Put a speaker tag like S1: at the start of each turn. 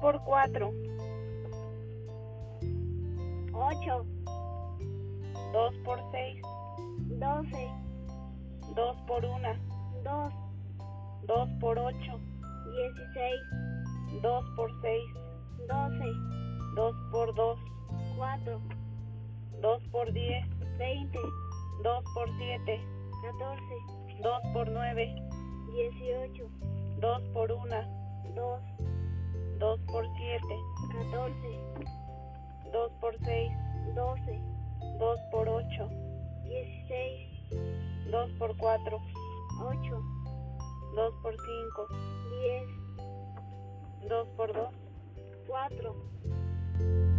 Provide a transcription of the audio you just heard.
S1: por 4,
S2: 8,
S1: 2 por 6,
S2: 12,
S1: 2 por 1,
S2: 2,
S1: 2 por 8,
S2: 16,
S1: 2 por 6,
S2: 12,
S1: 2 por 2,
S2: 4,
S1: 2 por 10,
S2: 20,
S1: 2 por 7,
S2: 14,
S1: 2 por 9,
S2: 18,
S1: 2 por 1,
S2: 2,
S1: 2 por 7,
S2: 14,
S1: 2 por 6,
S2: 12,
S1: 2 por 8,
S2: 16,
S1: 2 por 4,
S2: 8,
S1: 2 por 5,
S2: 10,
S1: 2 por 2.
S2: 4.